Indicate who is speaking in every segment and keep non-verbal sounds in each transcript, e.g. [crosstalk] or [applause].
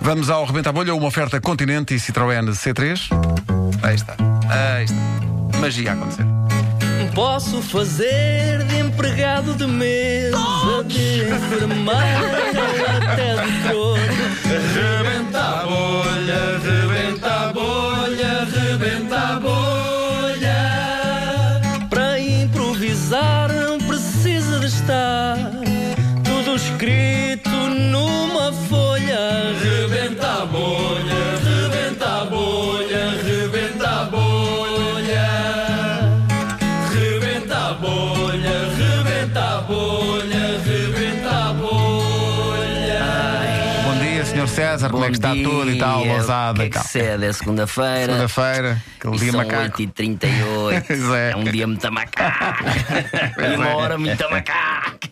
Speaker 1: Vamos ao Rebenta a Bolha, uma oferta Continente e Citroën C3. Aí está. Aí está. Magia a acontecer.
Speaker 2: Posso fazer de empregado de mesa, de enfermeira ou até de trono. Para improvisar não precisa de estar tudo escrito numa folha.
Speaker 1: Bom dia, Sr. César, como é que está
Speaker 2: Bom
Speaker 1: tudo e tal,
Speaker 2: dia, o que
Speaker 1: lousada
Speaker 2: é
Speaker 1: e
Speaker 2: que
Speaker 1: tal.
Speaker 2: se é da segunda-feira?
Speaker 1: Segunda-feira, aquele
Speaker 2: E
Speaker 1: dia
Speaker 2: são
Speaker 1: macaco.
Speaker 2: 8h38.
Speaker 1: [laughs] Pois é.
Speaker 2: é. um dia
Speaker 1: [laughs]
Speaker 2: muito macaco. e uma hora muito macaco.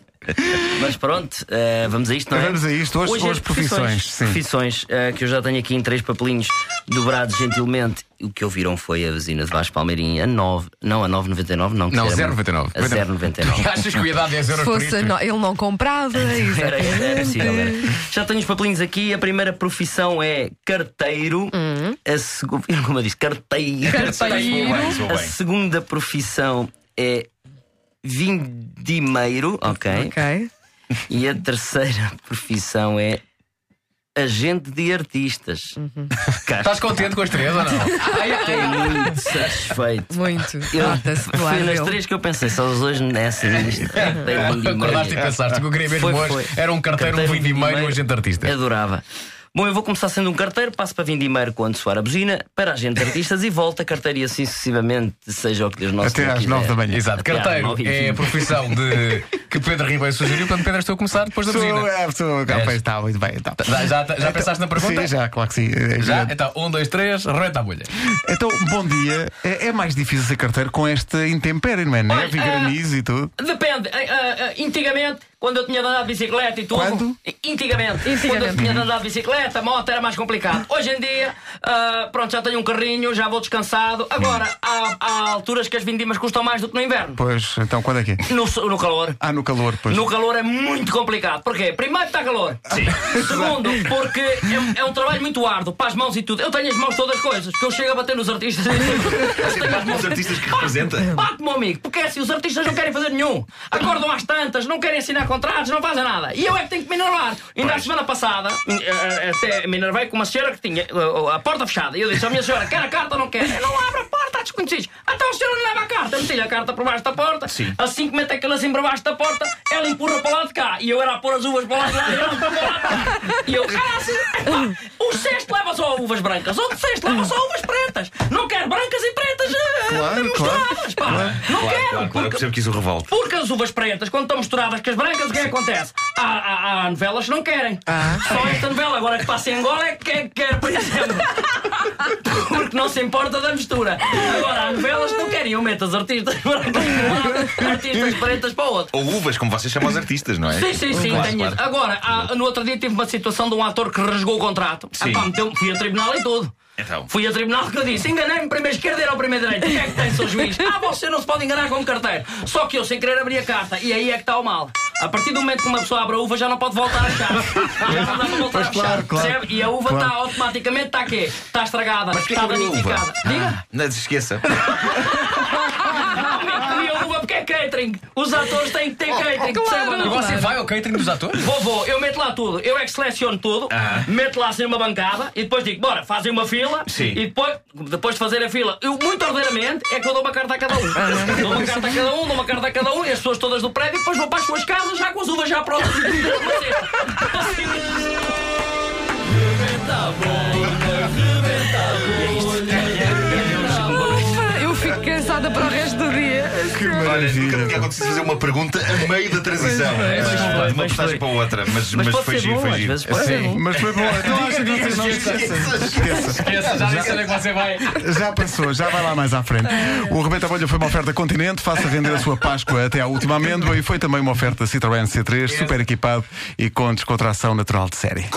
Speaker 2: Mas pronto, eh, vamos a isto, não é?
Speaker 1: Vamos a isto. Hoje-
Speaker 2: é
Speaker 1: hoje
Speaker 2: de profissões.
Speaker 1: profissões, sim.
Speaker 2: Profissões, eh, que eu já tenho aqui em três papelinhos dobrados gentilmente. O que ouviram foi a vecina de Vasco Palmeirinho, a 9, não a 9,99, não. que
Speaker 3: Não,
Speaker 2: era
Speaker 3: 0,99.
Speaker 2: A
Speaker 1: [laughs]
Speaker 2: 0,99.
Speaker 3: Achas que eu ia dar
Speaker 1: é
Speaker 3: 10 euros por
Speaker 4: Fosse,
Speaker 3: isto?
Speaker 4: a no- ele não comprava,
Speaker 2: Era,
Speaker 4: exatamente.
Speaker 2: era possível, era. Já tenho os papelinhos aqui. A primeira profissão é carteiro. A segunda. [laughs] Como eu disse, carteiro.
Speaker 4: Carteiro.
Speaker 3: Bem, sou
Speaker 2: A
Speaker 3: bem.
Speaker 2: segunda profissão é vindimeiro, ok?
Speaker 4: Ok.
Speaker 2: E a terceira [laughs] profissão é agente de artistas. Cá
Speaker 3: Estás contente com as
Speaker 1: [laughs]
Speaker 3: três ou não?
Speaker 2: Fiquei muito satisfeito.
Speaker 4: Muito.
Speaker 2: Eu-
Speaker 4: Nota-se,
Speaker 2: Foi
Speaker 4: claro.
Speaker 2: nas
Speaker 4: ele.
Speaker 2: três que eu pensei, só os dois
Speaker 4: [laughs]
Speaker 2: nessa é lista. Carteiro, vindimeiro.
Speaker 3: Acordaste e pensaste que eu queria mesmo
Speaker 2: Foi,
Speaker 3: hoje.
Speaker 2: foi.
Speaker 3: Era um carteiro, um vinho e meio, um agente artista.
Speaker 2: Adorava. Bom, eu vou começar sendo um carteiro, passo para Vindimeiro quando soar a buzina, para agente de artistas e volto a carteiro e assim sucessivamente, seja o que Deus nosso
Speaker 1: Até
Speaker 2: Senhor
Speaker 1: às
Speaker 2: quiser.
Speaker 1: nove da manhã.
Speaker 3: Exato,
Speaker 2: Até às
Speaker 3: carteiro
Speaker 2: nove e
Speaker 3: é a
Speaker 2: vinte.
Speaker 3: profissão de que Pedro Ribeiro sugeriu quando Pedro estou a começar depois da
Speaker 1: Sou-
Speaker 3: buzina.
Speaker 1: é, sou-
Speaker 3: És.
Speaker 1: pois Está muito bem. Está.
Speaker 3: Já, já, já pensaste na pergunta?
Speaker 1: Sim, já, claro que sim. é
Speaker 3: Já?
Speaker 1: [laughs] evidente.
Speaker 3: Então, um, dois, três, reta a bolha.
Speaker 1: Então, bom dia. É, é mais difícil ser carteiro com esta intempérie, não é? Neve, e granizo e tudo.
Speaker 5: Depende. Ah, ah, ah, Antigamente, quando eu tinha de andar de bicicleta e tudo.
Speaker 1: Quando?
Speaker 5: Antigamente. Quando eu tinha de andar de bicicleta, a moto era mais complicado. Hoje em dia, ah, pronto, já tenho um carrinho, já vou descansado. Agora, há, há alturas que as vindimas custam mais do que no inverno.
Speaker 1: Pois, então quando é que é?
Speaker 5: No, so- no calor.
Speaker 1: Ah, no calor, pois.
Speaker 5: No calor é muito complicado. Porquê? Primeiro está calor. Segundo, porque é, um- é um trabalho muito árduo, para as mãos e tudo. Eu tenho as mãos todas as coisas, que eu chego a bater nos artistas.
Speaker 6: Os artistas que representa.
Speaker 5: [coughs] Bate, meu amigo, porque é assim, os artistas não querem fazer nenhum. Acordam às tantas, não querem assinar contratos, não fazem nada. E eu é que tenho que me enervar. Ainda a semana passada, eh, eh, até me enervei com uma senhora que tinha eh, a porta fechada. E eu disse à minha senhora: quer a carta ou não quer? Não abre a porta a desconhecidos. Então a senhora não leva a carta. Eu Meti-lhe a carta por baixo da porta. Assim que mete aquelas em por baixo da porta, ela empurra para lá de cá. E eu era a pôr as uvas para lá de lá e ela para lá de cá. E eu, caraças, epá, o cesto leva só uvas brancas, outro cesto leva só uvas pretas. Não quero brancas e pretas. eh,
Speaker 1: Claro,
Speaker 5: misturadas, pá. Não quero.
Speaker 6: é? Claro, eu
Speaker 5: porque...
Speaker 6: percebo que isso revolta.
Speaker 5: porque as uvas pretas, quando estão misturadas com as brancas, o que é que acontece? Há, há- há novelas que não querem. Só esta novela, agora que passa em Angola, é que é que quer, por exemplo. Porque não se importa da mistura. Agora, há novelas que não querem. Eu meto as artistas [laughs] brancas para um lado, artistas pretas para o outro.
Speaker 6: Ou uvas, como vocês chamam os artistas, não é?
Speaker 5: Sim, sim, sim,
Speaker 6: Claro,
Speaker 5: tenho
Speaker 6: claro.
Speaker 5: isso. Agora, há- no outro dia tive uma situação de um ator que rasgou o contrato. Ah, pá, meteu- fui a tribunal e tudo.
Speaker 6: Então.
Speaker 5: Fui a tribunal que eu disse: enganei-me, primeiro esquerda era o primeiro direito. O que é que tem,
Speaker 1: [laughs]
Speaker 5: seu juiz? Ah, você não se pode enganar com um carteiro. Só que eu, sem querer, abri a carta. E aí é que está o mal. A partir do momento que uma pessoa abre a uva, já não pode voltar
Speaker 1: [laughs]
Speaker 5: a chave. Já não dá para voltar a
Speaker 1: claro,
Speaker 5: chave.
Speaker 1: claro.
Speaker 5: percebe? E a uva está automaticamente, está quê? Está estragada,
Speaker 6: Mas quem
Speaker 5: está
Speaker 6: abriu a uva?
Speaker 1: [laughs]
Speaker 5: danificada. Diga. [laughs]
Speaker 6: Não se esqueça.
Speaker 5: Comi a uva porque é catering. Os atores têm que
Speaker 1: Oh,
Speaker 5: ter catering. percebe ou não?
Speaker 3: E você vai ao catering dos atores?
Speaker 5: Vovô, eu meto lá tudo, eu é que seleciono tudo,
Speaker 6: Ah.
Speaker 5: meto lá assim numa bancada e depois digo, bora, fazem uma fila
Speaker 6: Sim.
Speaker 5: e depois, depois de fazer a fila, eu muito ordeiramente é que eu dou uma carta a cada um. dou uma carta a cada um, dou uma carta a cada um e as pessoas todas do prédio e depois vou para as suas casas já com as uvas já prontas. Assim,
Speaker 4: Ufa, Eu fico cansada para o resto do dia.
Speaker 6: Olha, nunca
Speaker 1: Maravilha.
Speaker 6: me tinha acontecido fazer uma pergunta a meio da transição.
Speaker 2: é, foi,
Speaker 6: De uma
Speaker 2: mas
Speaker 6: postagem
Speaker 2: foi.
Speaker 6: para outra, mas, mas,
Speaker 2: Mas pode
Speaker 6: foi
Speaker 2: ser
Speaker 6: giro,
Speaker 2: bom,
Speaker 6: foi
Speaker 2: às
Speaker 6: [laughs] giro.
Speaker 2: vezes pode ser
Speaker 1: Sim,
Speaker 2: bom.
Speaker 1: mas foi bom. Então acho que vocês não
Speaker 3: Esqueça, já nem sei onde é que você vai.
Speaker 1: Já passou, já vai lá mais à frente. O Rebenta Bolha foi uma oferta Continente, faça render a sua Páscoa até à última amêndoa e foi também uma oferta Citroën C3, super equipado e com descontração natural de série.